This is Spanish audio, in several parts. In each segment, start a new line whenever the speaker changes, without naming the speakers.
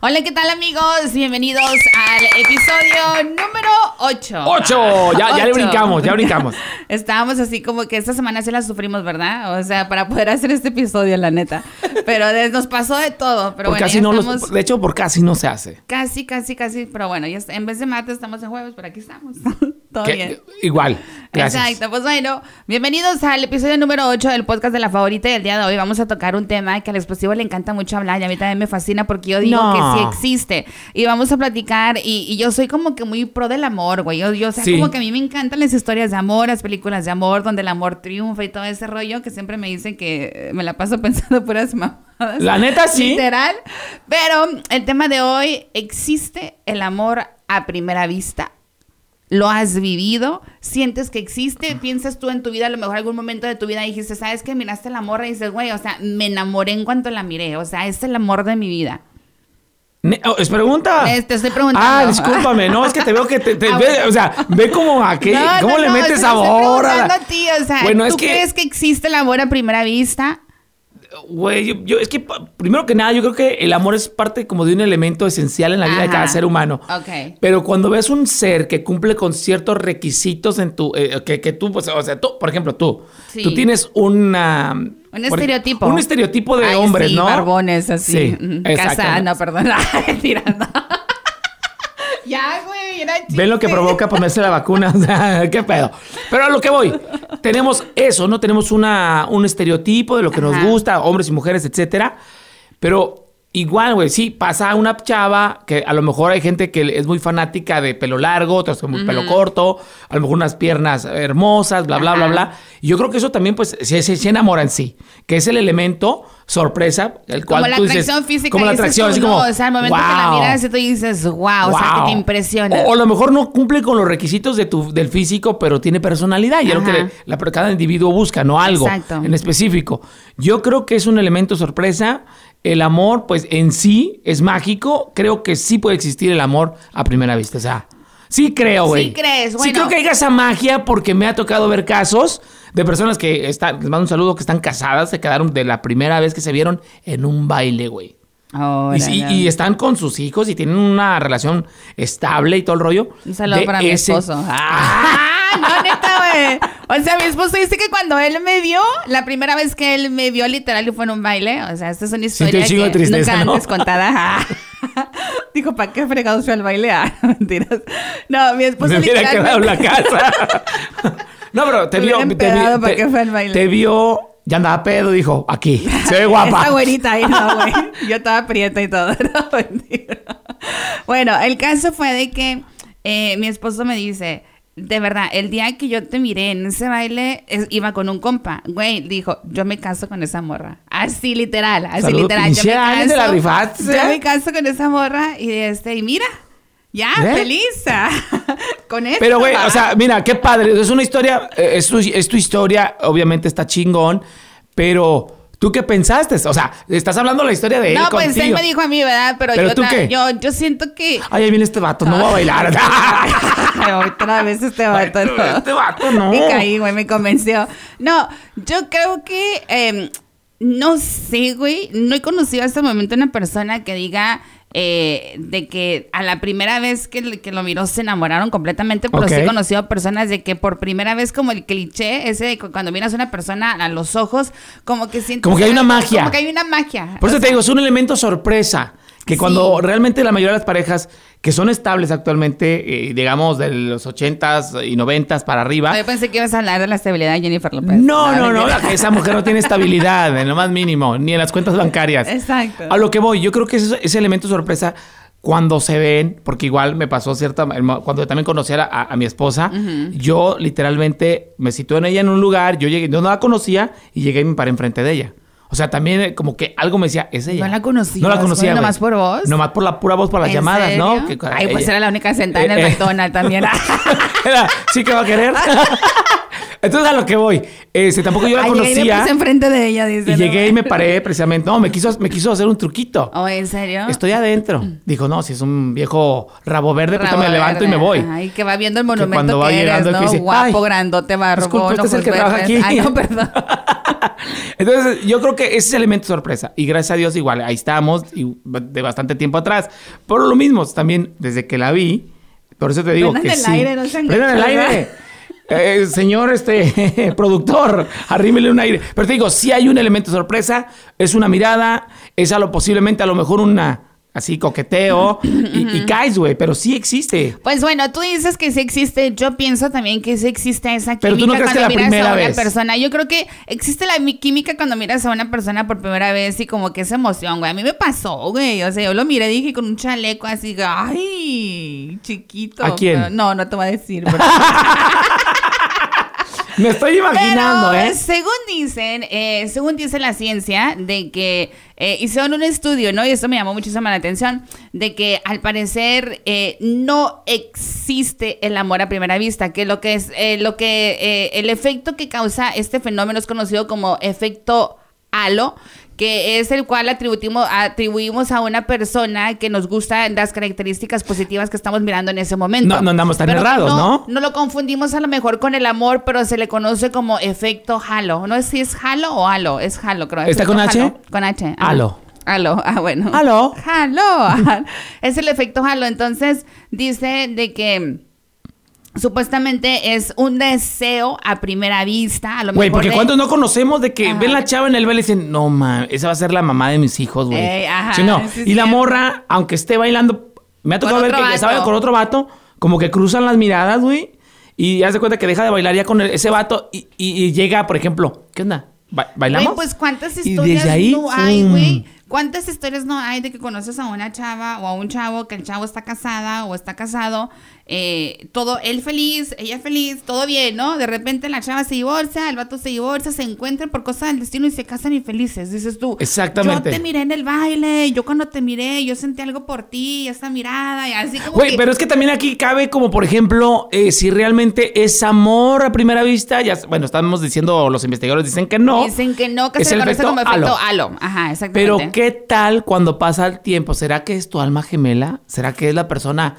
Hola, ¿qué tal amigos? Bienvenidos al episodio número 8.
¡Ocho! Ya, ya le
Ocho.
brincamos, ya brincamos.
Estábamos así como que esta semana sí la sufrimos, ¿verdad? O sea, para poder hacer este episodio, la neta. Pero de- nos pasó de todo. Pero
por
bueno,
casi
ya
no los-
estamos
de hecho, por casi no se hace.
casi, casi, casi. Pero bueno, ya está- en vez de martes estamos en jueves, pero aquí estamos. todo
Que-
bien.
Igual. Gracias.
Exacto, pues bueno, bienvenidos al episodio número 8 del podcast de la favorita y el día de hoy vamos a tocar un tema que al explosivo le encanta mucho hablar y a mí también me fascina porque yo digo
No.
que sí existe y vamos a platicar y, y yo soy como que muy pro del amor, güey, yo, yo o sea,
Sí.
como que a mí me encantan las historias de amor, las películas de amor donde el amor triunfa y todo ese rollo que siempre me dicen que eh, me la paso pensando puras mamadas.
La neta, sí.
Literal. Pero el tema de hoy, ¿existe el amor a primera vista? ¿Lo has vivido? ¿Sientes que existe? ¿Piensas tú en tu vida, a lo mejor algún momento de tu vida dijiste, sabes que miraste a la morra y dices, güey, o sea, me enamoré en cuanto la miré, o sea, es el amor de mi vida.
Ne- oh, ¿Es pregunta?
Eh, te estoy preguntando.
Ah, discúlpame. No, es que te veo que te... te-
Ah,
ve-
bueno.
o sea, ve como a qué...
No,
¿Cómo
no,
le
no,
metes
yo te estoy
sabor a
preguntando
la-
a ti, o sea,
Bueno, es
¿tú
que...
crees que existe el amor a primera vista?
Güey, yo, yo- es que pa- primero que nada, yo creo que el amor es parte como de un elemento esencial en la vida de
Ajá.
cada ser humano.
Ok.
Pero cuando ves un ser que cumple con ciertos requisitos en tu. eh, que, que tú, pues, o sea, tú, por ejemplo, tú.
Sí.
Tú tienes una.
Un
por-
estereotipo.
Un estereotipo de
Ay,
hombres,
sí,
¿no?
Barbones así.
Sí,
Mm,
exacto.
Casada, no, perdón. Tirando. ya, güey, era chiste.
Ven lo que provoca ponerse la vacuna. O sea, qué pedo. Pero a lo que voy. Tenemos eso, ¿no? Tenemos una, un estereotipo de lo que nos
Ajá.
gusta, hombres y mujeres, etcétera. Pero igual, güey, sí, pasa una chava que a lo mejor hay gente que es muy fanática de pelo largo, otros con pelo corto, a lo mejor unas piernas hermosas, bla, bla, bla,
Ajá.
bla. Y yo creo que eso también, pues, se, se, se enamora en sí, que es el elemento sorpresa, el cual
Como la
tú dices-
atracción física.
Como la
dices
atracción,
tú,
así
¿no?
como.
O sea, al momento que la
"Wow".
miras y tú dices, wow, Ah, o sea, que
Wow.
te impresiona.
O, o a lo mejor no cumple con los requisitos de tu, del físico, pero tiene personalidad. Y es lo que
Ajá.
le- la, cada individuo busca, no algo
Exacto.
en específico. Yo creo que es un elemento sorpresa. El amor, pues en sí, es mágico. Creo que sí puede existir el amor a primera vista. O sea, sí creo,
Sí
güey.
crees,
Sí
bueno.
creo que hay esa magia porque me ha tocado ver casos de personas que están, les mando un saludo, que están casadas, se quedaron de la primera vez que se vieron en un baile, güey. Y,
Órale.
y- y están con sus hijos y tienen una relación estable y todo el rollo.
Un saludo
de
para mi
ese-
esposo.
Ah,
Ah, no, neta, güey. O sea, mi esposo dice que cuando él me vio, la primera vez que él me vio literal fue en un baile. O sea, esta es una historia
un chingo
que
de tristeza,
nunca
¿no?
antes contada. Ah. Dijo, ¿para qué fregados fue al baile? Ah, mentiras. No, mi esposo
me hubiera
literalmente-
quedado en la casa. no, pero te
Me
vio.
hubiera
Te,
empedado
vio-
para
te-
que fue al baile.
te vio, ya andaba pedo, dijo, aquí, se ve guapa.
Esta güerita ahí, no, güey. Yo toda prieta y todo. No, mentira. Bueno, el caso fue de que eh, mi esposo me dice, de verdad, el día que yo te miré en ese baile, es- iba con un compa. Güey, dijo, yo me caso con esa morra. Así literal, así
Saludos,
literal. Yo me,
pinche Ani,
caso,
te la rifaste.
yo me caso con esa morra y este, y mira. Ya,
¿Eh?
feliz. ah, con esto.
Pero, güey,
va.
o sea, mira, qué padre. Es una historia, eh, es tu, es tu historia, obviamente está chingón, pero ¿tú qué pensaste? O sea, estás hablando la historia de él
No, pues él
eh, contigo.
me dijo a mí, ¿verdad? Pero,
¿Pero
yo,
tú
ta-
qué?
yo yo siento que
Ay, ahí viene este vato, no va a bailar.
Ay, Otra vez este vato. ¿no?
Este vato, no.
Me caí, güey, me convenció. No, yo creo que. eh, no sé, güey. No he conocido hasta el momento una persona que diga. eh, de que a la primera vez que, que lo miró se enamoraron completamente, pero sí
Ok.
conocí a personas de que por primera vez como el cliché ese de cu- cuando miras a una persona a los ojos, como que sientes...
Como que hay una magia.
Como que hay una magia.
Por eso te digo, es un elemento sorpresa. Que cuando realmente la mayoría de las parejas que son estables actualmente, eh, digamos de los 80s y 90s para arriba.
Yo pensé que ibas a hablar de la estabilidad de Jennifer López.
pues, No, no, no,
mentira.
la- esa mujer no tiene estabilidad en lo más mínimo, ni en las cuentas bancarias.
Exacto.
A lo que voy, yo creo que ese, ese elemento sorpresa cuando se ven, porque igual me pasó cierta, cuando también conocí a, la- a- a mi esposa, yo literalmente me situé en ella en un lugar, yo llegué, yo no la conocía y llegué y me paré enfrente de ella. O sea, también eh, como que algo me decía, es ella.
¿No la conocías,
No la
güey,
conocía. güey.
nomás por voz?
Nomás por la pura voz, por las
¿En
llamadas, ¿no?
serio?
Que-
Ay, pues
ella-
era la única sentada en el
Eh, eh.
McDonald's también.
Era, sí que va a querer. Entonces a lo que voy, este, tampoco yo la
Ay, llegué y me
conocía.
puse enfrente de ella, dice.
Y
¿no?
llegué y me paré precisamente. No, me quiso, me quiso hacer un truquito.
Oh, ¿en serio?
Estoy adentro. Dijo, no, si es un viejo rabo verde, pues
Rabo
me levanto y
verde.
me voy.
Ay, que va viendo el
cuando
monumento
va
que, eres,
llegando,
¿no?
que dice,
Guapo,
ay,
grandote, barbón,
disculpe, usted es el
ojos
que trabaja
verdes.
aquí.
Ay, no, perdón.
Entonces, yo creo que ese es el elemento sorpresa. Y gracias a Dios, igual, ahí estamos, y de bastante tiempo atrás. Por lo mismo, también desde que la vi, por eso te digo
Prendan
que
el
sí.
aire, no sean
Prendan el
gachos,
aire. Eh, señor este productor, arrímele un aire. Pero te digo, sí hay un elemento sorpresa, es una mirada, es a lo posiblemente a lo mejor una así coqueteo y, y caes, güey, pero sí existe.
Pues bueno, tú dices que sí existe. Yo pienso también que sí existe esa química
Pero tú no crees que
cuando
la
miras
primera
a una
vez.
persona. Yo creo que existe la mi- química cuando miras a una persona por primera vez y como que esa emoción, güey. A mí me pasó, güey. O sea, yo lo miré, dije con un chaleco así, ay, chiquito.
¿A quién?
Pero- no, no te voy a decir. pero-
Me estoy imaginando,
Pero,
¿eh?
Según dicen, eh, según dice la ciencia, de que eh, hicieron un estudio, ¿no? Y esto me llamó muchísimo la atención, de que al parecer eh, no existe el amor a primera vista, que lo que es, eh, lo que, eh, el efecto que causa este fenómeno es conocido como efecto halo que es el cual atributimos, atribuimos a una persona que nos gustan las características positivas que estamos mirando en ese momento.
No- no andamos tan
Pero que
errados, ¿no?
no lo confundimos a lo mejor con el amor, pero se le conoce como efecto halo. No sé si es halo o halo, es halo, creo.
¿Está
Efecto
con H?
halo. Con H. ajá.
Halo.
Halo, ah, bueno.
Halo.
Halo. es el efecto halo. Entonces, dice de que mm, supuestamente es un deseo a primera vista. A lo
Güey,
mejor
porque
de-
cuántos no conocemos de que
Ajá.
ven la chava en el baile y dicen, no, ma, esa va a ser la mamá de mis hijos, güey.
Ey, ajá,
Sí, no.
sí,
y la
sí.
morra, aunque esté bailando, me ha tocado
Con
ver
otro
que
vato.
está bailando con otro vato, como que cruzan las miradas, güey, y ya se cuenta que deja de bailar ya con el- ese vato y, y- y llega, por ejemplo, ¿qué onda? Ba- ¿Bailamos?
Güey, pues cuántas
Y
historias
desde ahí, mm. um,
no hay,
¡fum!
güey. ¿Cuántas historias no hay de que conoces a una chava o a un chavo que el chavo está casada o está casado? eh, todo él feliz, ella feliz, todo bien, ¿no? De repente la chava se divorcia, el vato se divorcia, se encuentran por cosas del destino y se casan infelices, dices tú.
Exactamente.
Yo te miré en el baile, yo cuando te miré, yo sentí algo por ti, esta mirada, y así como.
Güey,
que-
pero es que también aquí cabe como, por ejemplo, eh, si realmente es amor a primera vista, ya, bueno, estamos diciendo, los investigadores dicen que no.
Dicen que no, que
Es
se
el
le conoce
efecto
como efecto
halo.
halo. Ajá, exactamente.
Pero ¿qué tal cuando pasa el tiempo? ¿Será que es tu alma gemela? ¿Será que es la persona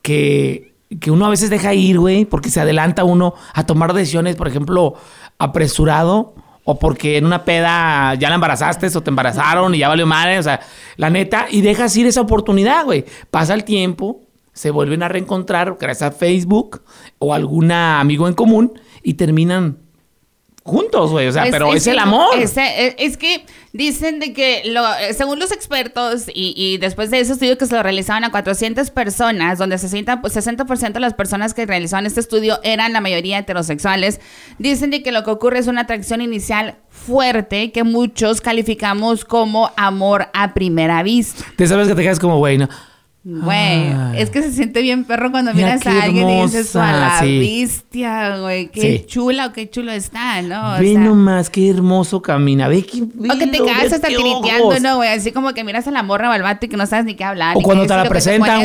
que, que uno a veces deja ir, güey? Porque se adelanta uno a tomar decisiones, por ejemplo, apresurado. O porque en una peda ya la embarazaste o te embarazaron y ya valió madre. O sea, la neta. Y dejas ir esa oportunidad, güey. Pasa el tiempo, se vuelven a reencontrar gracias a Facebook o algún amigo en común y terminan juntos, güey. O sea,
Pues
pero es, el
que-
amor.
Es, es- es que dicen de que, lo- eh, según los expertos, y, y después de ese estudio que se lo realizaban a 400 personas, donde 60%, pues, 60 de las personas que realizaban este estudio eran la mayoría heterosexuales, dicen de que lo que ocurre es una atracción inicial fuerte que muchos calificamos como amor a primera vista.
Te sabes que te quedas como, güey, no.
Güey,
Ay.
es que se siente bien perro cuando
Mira
miras
qué
a alguien y dices, a
hermosa",
la
sí.
bestia, güey, qué
Sí.
chula o qué chulo está, ¿no? O
ve
sea-
nomás, qué hermoso camina. Ve qué
O que te
bello,
quedas
ve
hasta
qué
tiriteando,
ojos.
¿no, güey? Así como que miras a la morra o al vato y que no sabes ni qué hablar.
O
ni
cuando
qué
te la
decir, o que
presentan,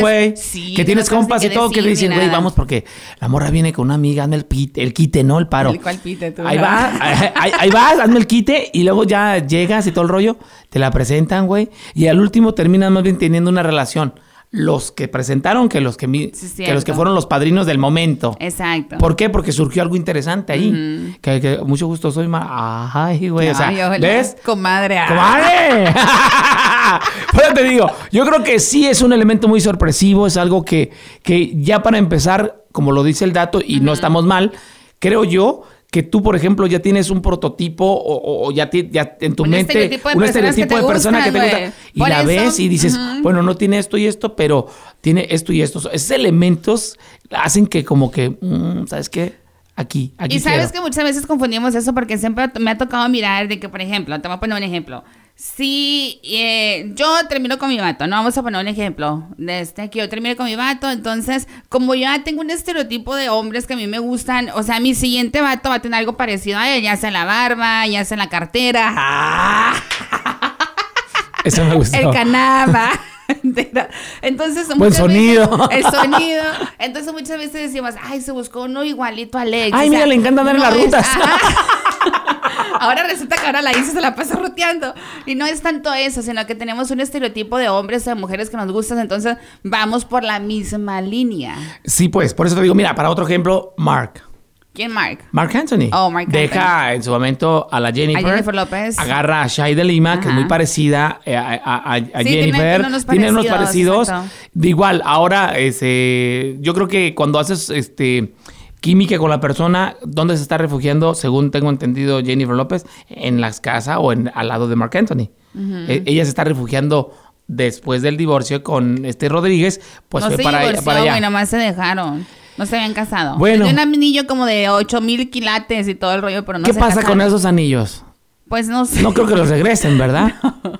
pones-
güey.
Sí,
que tienes
no sabes
compas
ni
y
qué
todo, que
decir
le
ni
dicen, güey,
nada.
vamos porque la morra viene con una amiga, anda el, pit, el quite, ¿no? El paro.
El- ¿cuál pite tú,
ahí
no?
vas, ahí, ahí vas, hazme el quite y luego ya llegas y todo el rollo. Te la presentan, güey. Y al último terminan más bien teniendo una relación. Los que presentaron que los que, mi-
Sí,
que, los que
cierto.
fueron los padrinos del momento.
Exacto.
¿Por qué? Porque surgió algo interesante ahí. que, que mucho gusto soy más. Ay, güey. O sea,
Ay, ojalá.
¿ves?
Comadre. ah.
¡Comadre! Pero Pues te digo, yo creo que sí es un elemento muy sorpresivo, es algo que, que ya para empezar, como lo dice el dato, y no estamos mal, creo yo que tú, por ejemplo, ya tienes un prototipo o, o- o ya, ti- ya en tu
Un
mente
estereotipo de
un
personas que
estereotipo
te
de persona que te
gustan,
gusta
güey.
y
Por
la
eso,
ves y dices,
ujú.
bueno, no tiene esto y esto, pero tiene esto y esto. Esos elementos hacen que como que, mm, ¿sabes qué? Aquí, aquí
Y sabes
quiero.
que muchas veces confundimos eso porque siempre me ha tocado mirar de que, por ejemplo, te voy a poner un ejemplo. Si eh, yo termino con mi vato, no vamos a poner un ejemplo de este que yo termino con mi vato, entonces como yo ya tengo un estereotipo de hombres que a mí me gustan, o sea, mi siguiente vato va a tener algo parecido a él, ya sea la barba, ya sea la cartera,
Ah. Eso me gustó.
el canaba. Entonces,
Buen
muchas
sonido.
Veces, el sonido. Entonces, muchas veces decimos, ay, se buscó uno igualito a Alex.
Ay, mira, le encanta andar en las
es-
rutas.
Ajá. ahora resulta que ahora la Isa se la pasa ruteando. Y no es tanto eso, sino que tenemos un estereotipo de hombres o de mujeres que nos gustan. Entonces, vamos por la misma línea.
Sí, pues, por eso te digo, mira, para otro ejemplo, Mark.
¿Quién, Mark?
Mark Anthony.
Oh, Mark
Deja en su momento a la Jennifer.
A Jennifer López.
Agarra a Shai de Lima, que es
Ajá.
muy parecida eh, a, a- a- a
tiene-
Jennifer.
tiene unos parecidos,
parecidos.
exacto.
De igual, ahora ese, yo creo que cuando haces este química con la persona, ¿dónde se está refugiando, según tengo entendido Jennifer López? En las casas o en, al lado de Mark Anthony. Eh, ella se está refugiando después del divorcio con este Rodríguez, pues
no
fue
se
para,
divorció,
para allá.
güey, nomás se dejaron. No se habían casado.
Bueno.
Tenía un anillo como de 8 mil quilates y todo el rollo, pero no
¿Qué
se
pasa
casaron.
con esos anillos?
Pues no sé.
No creo que los regresen, ¿verdad?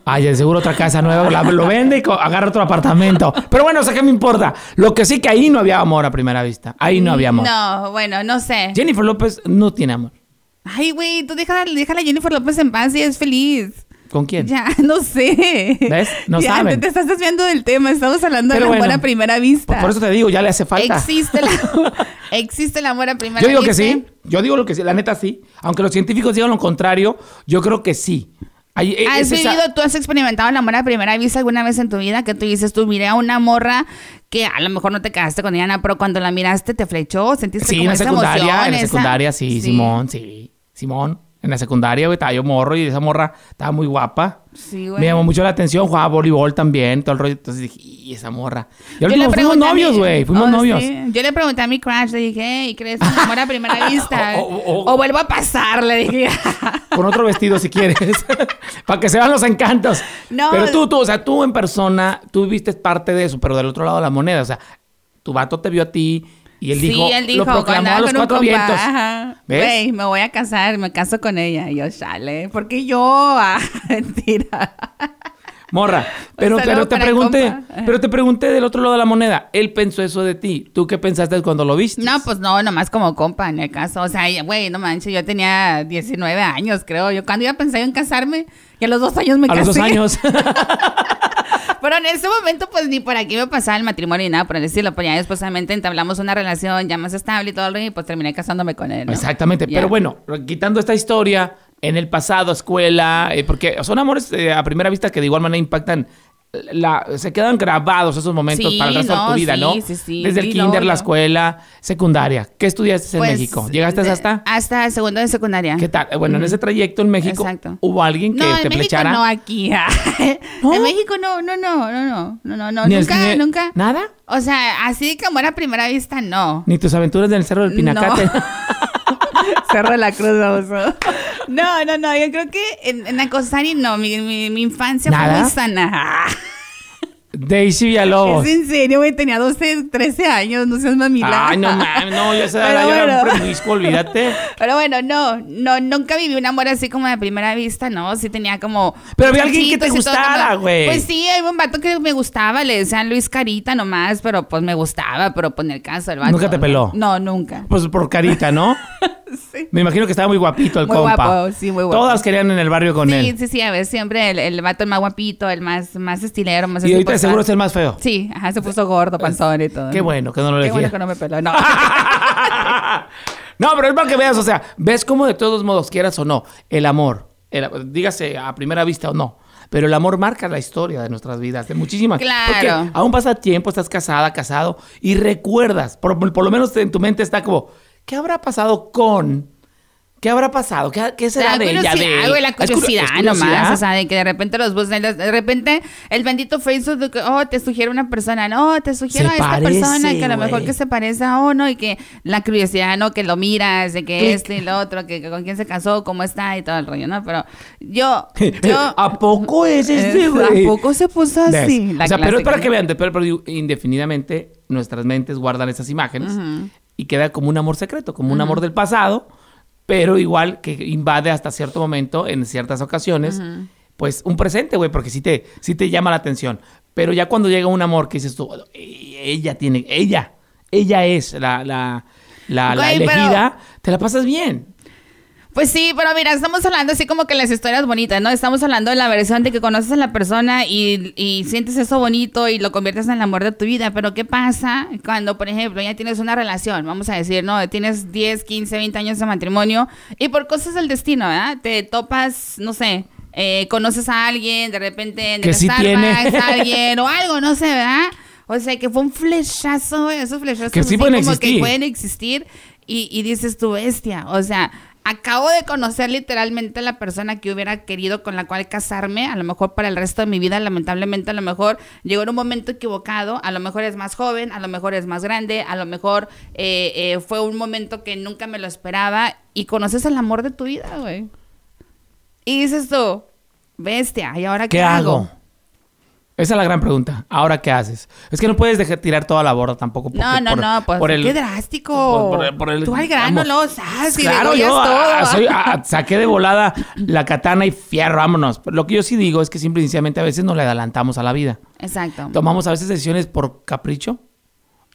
Ay, de seguro otra casa nueva la- lo vende y co- agarra otro apartamento. Pero bueno, o sea, ¿qué me importa? Lo que sí que ahí no había amor a primera vista. Ahí no había amor.
Mm, No, bueno, no sé.
Jennifer López no tiene amor.
Ay, güey, tú deja, déjala a Jennifer López en paz y es feliz.
¿Con quién?
Ya, no sé.
¿Ves? No
ya,
saben.
Te, te estás desviando del tema. Estamos hablando
Pero
del amor
bueno,
a primera vista.
Pues por eso te digo, ya le hace falta.
Existe, la, existe el amor a primera
Yo digo que
vista.
sí. Yo digo lo que sí. La neta sí. Aunque los científicos digan lo contrario, yo creo que sí. Hay- e-
¿Has
es esa-
vivido, tú has experimentado el amor a primera vista alguna vez en tu vida? Que tú dices, tú miré a una morra que a lo mejor no te quedaste con ella, Ana, pero cuando la miraste te flechó, sentiste
Sí,
como ¿ah?
en la
esa
secundaria,
emoción.
en la
esa-
secundaria, sí, Simón, sí, Simón. En la secundaria, güey, estaba yo morro y esa morra estaba muy guapa.
Sí,
Me
güey.
llamó mucho la atención, jugaba voleibol también, todo el rollo. Entonces dije, y esa morra. Y al
Yo le
último fuimos
pregunté a mi-
novios, güey, fuimos
Oh,
novios.
sí. Yo le pregunté a mi crush, le dije, hey, ¿crees en el amor a primera vista?
O- o- o-
o vuelvo a pasar, le dije.
Con otro vestido si quieres, para que se vean los encantos.
No.
Pero tú, tú, o sea, tú en persona, tú viste parte de eso, pero del otro lado de la moneda, o sea, tu vato te vio a ti y él
sí,
dijo,
él dijo,
lo proclamó
andaba
a los
con un
cuatro
compa,
vientos.
ajá.
¿Ves?
Güey, me voy a casar, me caso con ella. Y yo, chale, ¿por qué yo? Ah, mentira.
Morra, pero,
Un saludo
pero te
para el
pregunté,
compa.
pero te pregunté del otro lado de la moneda. Él pensó eso de ti. ¿Tú qué pensaste cuando lo viste?
No, pues no, nomás como compa, en el caso. O sea, ya, güey, no manches, yo tenía 19 años, creo. Yo cuando iba a pensar en casarme, y a los dos años me
a
casé.
los dos años.
Pero en ese momento, pues ni por aquí me pasaba el matrimonio ni nada por el estilo. Pues ya después obviamente entablamos una relación ya más estable y todo el rollo, y pues terminé casándome con él. ¿no?
Exactamente.
Ya.
Pero bueno, quitando esta historia, en el pasado, escuela, eh, porque son amores eh, a primera vista que de igual manera impactan. La, se quedan grabados esos momentos
Sí,
para el resto de
no,
tu vida,
sí,
¿no?
sí, sí.
Desde el
Sí,
kinder,
no, no.
la escuela, secundaria. ¿Qué estudiaste en
Pues,
México? ¿Llegaste
de-
hasta?
Hasta segundo de secundaria.
¿Qué tal? Eh, Bueno, en ese trayecto en México,
Exacto.
¿hubo alguien que
no, en
te
México
flechara?
no aquí.
¿No?
En México no, no, no, no, no, no, no, no,
Ni el-
nunca,
ni-
nunca.
¿Nada?
O sea, así como era a primera vista, no.
Ni tus aventuras en el Cerro del Pinacate.
Cerro de la Cruz, baboso. No, no, no, yo creo que en, en Acosari no, mi, mi, mi infancia
¿Nada?
fue muy sana.
Daisy Villalobos.
Es en serio, güey, tenía 12, 13 años, no seas mamila.
Ay, no mames, no, yo sé,
Pero
yo era un
bueno.
promiscuo, olvídate.
Pero bueno, no, no, nunca viví un amor así como de primera vista, ¿no? Sí tenía como...
Pero había alguien que te
muchachitos y todo,
gustara,
como-
güey.
Pues sí, había un vato que me gustaba, le decían Luis Carita nomás, pero pues me gustaba, pero pues en el caso del vato...
¿Nunca te peló?
No, nunca.
Pues por carita, ¿no?
Sí.
Me imagino que estaba muy guapito el
Muy
compa.
guapo, sí, muy guapo.
Todas querían en el barrio con
sí,
él.
sí, sí, a ver, siempre el, el vato el más guapito, el más, más estilero, más
y
así,
ahorita
pues,
seguro
ah,
es el más feo.
Sí, ajá, se puso gordo, panzón y todo.
Qué bueno que no lo
Qué
elegía.
bueno que no me peló, no.
no, pero es para que veas, o sea, ves cómo de todos modos, quieras o no, el amor, el- dígase a primera vista o no, pero el amor marca la historia de nuestras vidas, de muchísimas.
Claro.
Porque aún pasa tiempo, estás casada, casado, y recuerdas, por, por lo menos en tu mente está como, ¿qué habrá pasado con? ¿Qué habrá pasado? ¿Qué, qué será
La
de ella?
curiosidad,
de-
güey, la
¿Es curio-
curiosidad,
es
nomás.
curiosidad?
O sea, de que de repente los buscan, los- de repente el bendito Facebook, de que, oh, te sugiere una persona, no, te sugiero
Se
a esta
parece,
persona que a lo mejor
güey.
que se parece a uno y que la curiosidad, no, que lo miras, de que
Clic.
este y lo otro, que, que con quién se casó, cómo está y todo el rollo, ¿no? Pero yo, yo...
¿A poco es este,
Eh,
Ah, güey?
¿a poco se puso así?
¿Ves?
La
O sea, pero es
clásica,
para que
¿no?
vean, pero, pero digo, indefinidamente nuestras mentes guardan esas imágenes y queda como un amor secreto, como un amor del pasado, pero igual que invade hasta cierto momento, en ciertas ocasiones, pues un presente, güey, porque sí te, sí te llama la atención. Pero ya cuando llega un amor que dices tú, "E- ella tiene, ella, ella es la, la, la, la
Güey, pero-
elegida, te la pasas bien.
Pues sí, pero mira, estamos hablando así como que las historias bonitas, ¿no? Estamos hablando de la versión de que conoces a la persona y, y sientes eso bonito y lo conviertes en el amor de tu vida. Pero ¿qué pasa cuando, por ejemplo, ya tienes una relación? Vamos a decir, ¿no? Tienes 10, 15, 20 años de matrimonio y por cosas del destino, ¿verdad? Te topas, no sé. eh, conoces a alguien, de repente en
Que
el
sí tiene.
Starbucks, a alguien o algo, no sé, ¿verdad? O sea, que fue un flechazo, güey, esos flechazos
Que sí
así
pueden
como
existir.
que pueden existir y, y dices tu bestia. O sea, acabo de conocer literalmente a la persona que hubiera querido con la cual casarme, a lo mejor para el resto de mi vida, lamentablemente, a lo mejor llegó en un momento equivocado, a lo mejor es más joven, a lo mejor es más grande, a lo mejor eh, eh, fue un momento que nunca me lo esperaba y conoces el amor de tu vida, güey. Y dices tú, bestia, ¿y ahora qué,
¿Qué hago? Esa es la gran pregunta. ¿Ahora qué haces? Es que no puedes dejar tirar toda la borda tampoco. porque
No, no,
por-
no, pues
por el-
qué drástico.
por- por- por el-
Tú al grano
vamos.
lo sabes y
Claro,
degollas
yo ah,
todo.
soy- ah, saqué de volada la katana y fierro, vámonos. Pero lo que yo sí digo es que simple y sencillamente a veces nos le adelantamos a la vida.
Exacto.
Tomamos a veces decisiones por capricho.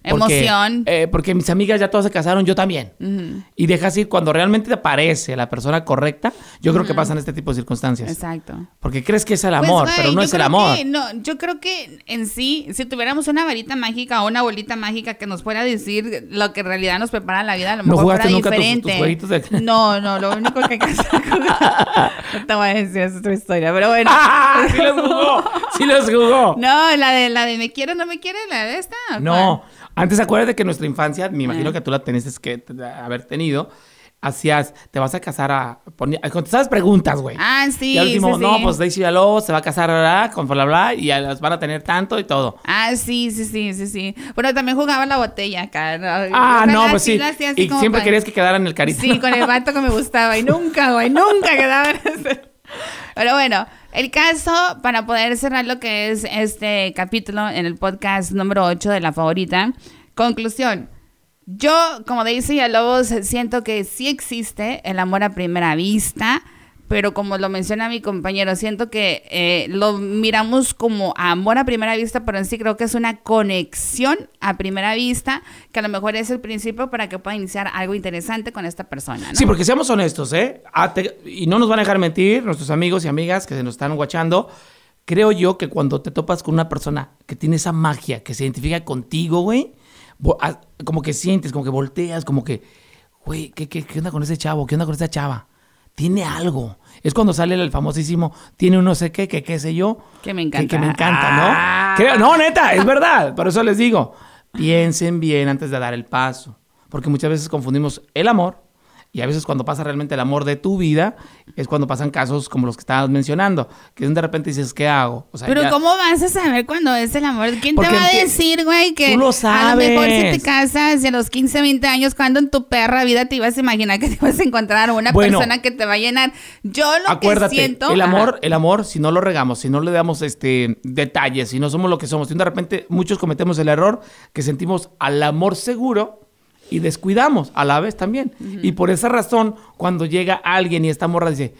porque-
Emoción.
eh, porque mis amigas ya todas se casaron, yo también.
Ujú.
Y dejas ir cuando realmente te aparece la persona correcta. Yo creo que pasan este tipo de circunstancias.
Exacto.
Porque crees que es el
Pues,
amor,
güey,
pero
yo
no es el
creo
amor.
que no, yo creo que en sí, si tuviéramos una varita mágica o una bolita mágica que nos fuera a decir lo que en realidad nos prepara la vida, a lo
¿No
mejor
jugaste
fuera
nunca tus-
diferente.
tus jueguitos de-
No, no, lo único que alcancé a jugar- No te voy a decir, es otra historia, pero bueno.
¡Ah! ¡Sí los jugó! ¡Sí los jugó!
No, la de la de me quiere o no me quiere, la de esta. ¿cuál?
No, antes acuérdate que nuestra infancia, me imagino
Ah.
que tú la tenés que t- haber tenido, hacías, te vas a casar a... ponía- contestabas preguntas, güey.
Ah, sí.
y al último,
sí, sí.
no, pues Daisy Villalobos se va a casar ¿verdad? con bla, bla, bla, y a las van a tener tanto y todo.
Ah, sí, sí, sí, sí, sí. Bueno, también jugaba la botella acá. ¿no?
Ah,
Esa
no,
la
pues sí.
la hacía así
Y
como
siempre
con-
querías que quedaran el carita.
Sí, con el vato que me gustaba. Y nunca, güey, nunca quedaba. en ese- Pero bueno, el caso, para poder cerrar lo que es este capítulo en el podcast número 8 de La Favorita, conclusión. Yo, como dice Villalobos, siento que sí existe el amor a primera vista, pero como lo menciona mi compañero, siento que eh, lo miramos como amor a primera vista, pero en sí creo que es una conexión a primera vista, que a lo mejor es el principio para que pueda iniciar algo interesante con esta persona. ¿no?
Sí, porque seamos honestos, ¿eh? Ah, te- y no nos van a dejar mentir nuestros amigos y amigas que se nos están guachando. Creo yo que cuando te topas con una persona que tiene esa magia, que se identifica contigo, güey, vo- ah, como que sientes, como que volteas, como que, güey, ¿qué, qué, qué onda con ese chavo? ¿Qué onda con esa chava? Tiene algo. Es cuando sale el famosísimo, tiene un no sé qué, que qué sé yo.
Que me encanta.
Que, me encanta, ¿no?
Ah.
Creo, no, neta, es verdad. Por eso les digo, piensen bien antes de dar el paso. Porque muchas veces confundimos el amor y a veces cuando pasa realmente el amor de tu vida es cuando pasan casos como los que estabas mencionando, que de repente dices, ¿qué hago? O sea,
Pero
ya-
¿cómo vas a saber cuándo es el amor? ¿Quién
Porque
te va a
empie-
decir, güey, que
Tú lo
a lo mejor si te
sabes.
casas y a los 15, 20 años, cuando en tu perra vida te ibas a imaginar que te ibas a encontrar una
Bueno.
persona que te va a llenar? Yo lo
Acuérdate,
que siento...
el amor,
Ajá.
el amor, si no lo regamos, si no le damos este detalles, si no somos lo que somos, si de repente muchos cometemos el error que sentimos al amor seguro y descuidamos a la vez también. Y por esa razón, cuando llega alguien y esta morra dice,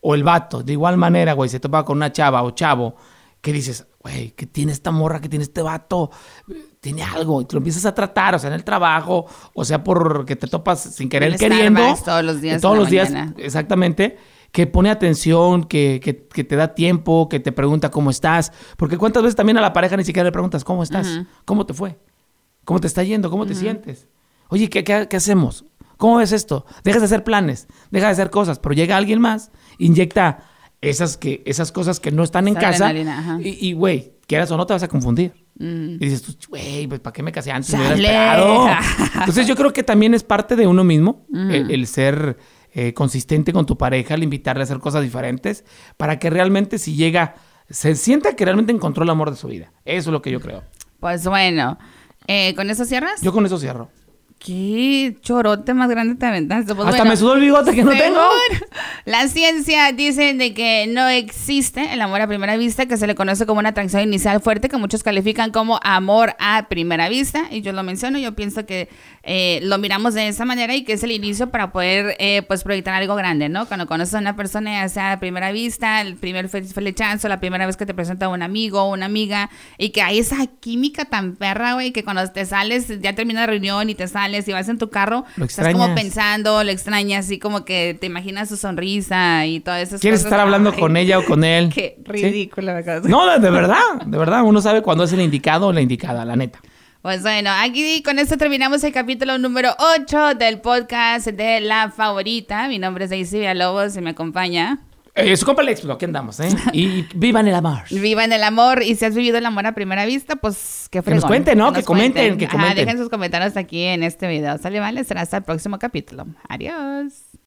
o el vato, de igual manera, güey, se topa con una chava o chavo, que dices, güey, que tiene esta morra, que tiene este vato, tiene algo, y te lo empiezas a tratar, o sea, en el trabajo, o sea, porque te topas sin querer
el
queriendo. eh,
Starbucks todos los días en
Todos
la
los días,
mañana.
Exactamente. Que pone atención, que, que- que te da tiempo, que te pregunta cómo estás. Porque cuántas veces también a la pareja ni siquiera le preguntas cómo estás, cómo te fue, cómo te está yendo, cómo te sientes. Oye, ¿qué, qué, qué hacemos? ¿Cómo ves esto? Dejas de hacer planes, dejas de hacer cosas, pero llega alguien más, inyecta esas, que, esas cosas que no están en
Esa
casa.
adrenalina, ajá. Mm.
Y, y, güey, quieras o no, te vas a confundir. Y dices, tú, güey, pues ¿para qué me casé antes? Me hubiera
Chale.
esperado. Entonces yo creo que también es parte de uno mismo el, el ser eh, consistente con tu pareja, el invitarle a hacer cosas diferentes, para que realmente si llega, se sienta que realmente encontró el amor de su vida. Eso es lo que yo creo.
Pues bueno, eh, ¿con eso cierras?
Yo con eso cierro.
Qué chorote más grande te aventaste. Pues
Hasta
bueno.
me sudó el bigote que no tengo.
Según La ciencia dice de que no existe el amor a primera vista, que se le conoce como una atracción inicial fuerte, que muchos califican como amor a primera vista. Y yo lo menciono, yo pienso que eh, lo miramos de esa manera y que es el inicio para poder eh, pues proyectar algo grande, ¿no? Cuando conoces a una persona, ya sea a primera vista, el primer fe- flechazo, la primera vez que te presenta un amigo o una amiga, y que hay esa química tan perra, güey, que cuando te sales, ya termina la reunión y te sales y vas en tu carro,
Lo
estás como
extrañas.
pensando pensando, lo extrañas, así como que te imaginas su sonrisa y todas esas
¿Quieres
cosas.
estar hablando
Ay,
con ella o con él?
Qué
¿Sí?
ridícula me acabas de-
No, de de verdad, de verdad. Uno sabe cuándo es el indicado o la indicada, la neta.
Pues bueno, aquí con esto terminamos el capítulo número 8 del podcast de La Favorita. Mi nombre es Daisy Villalobos y me acompaña.
Eh, su compa le explotó, aquí andamos, ¿eh? Y vivan el amor.
Vivan el amor y si has vivido el amor a primera vista, pues qué
Que nos
fregón.
cuenten, ¿no?
nos
Que comenten, que
Ajá,
comenten.
dejen sus comentarios aquí en este video. Sale, vale, será hasta el próximo capítulo. Adiós.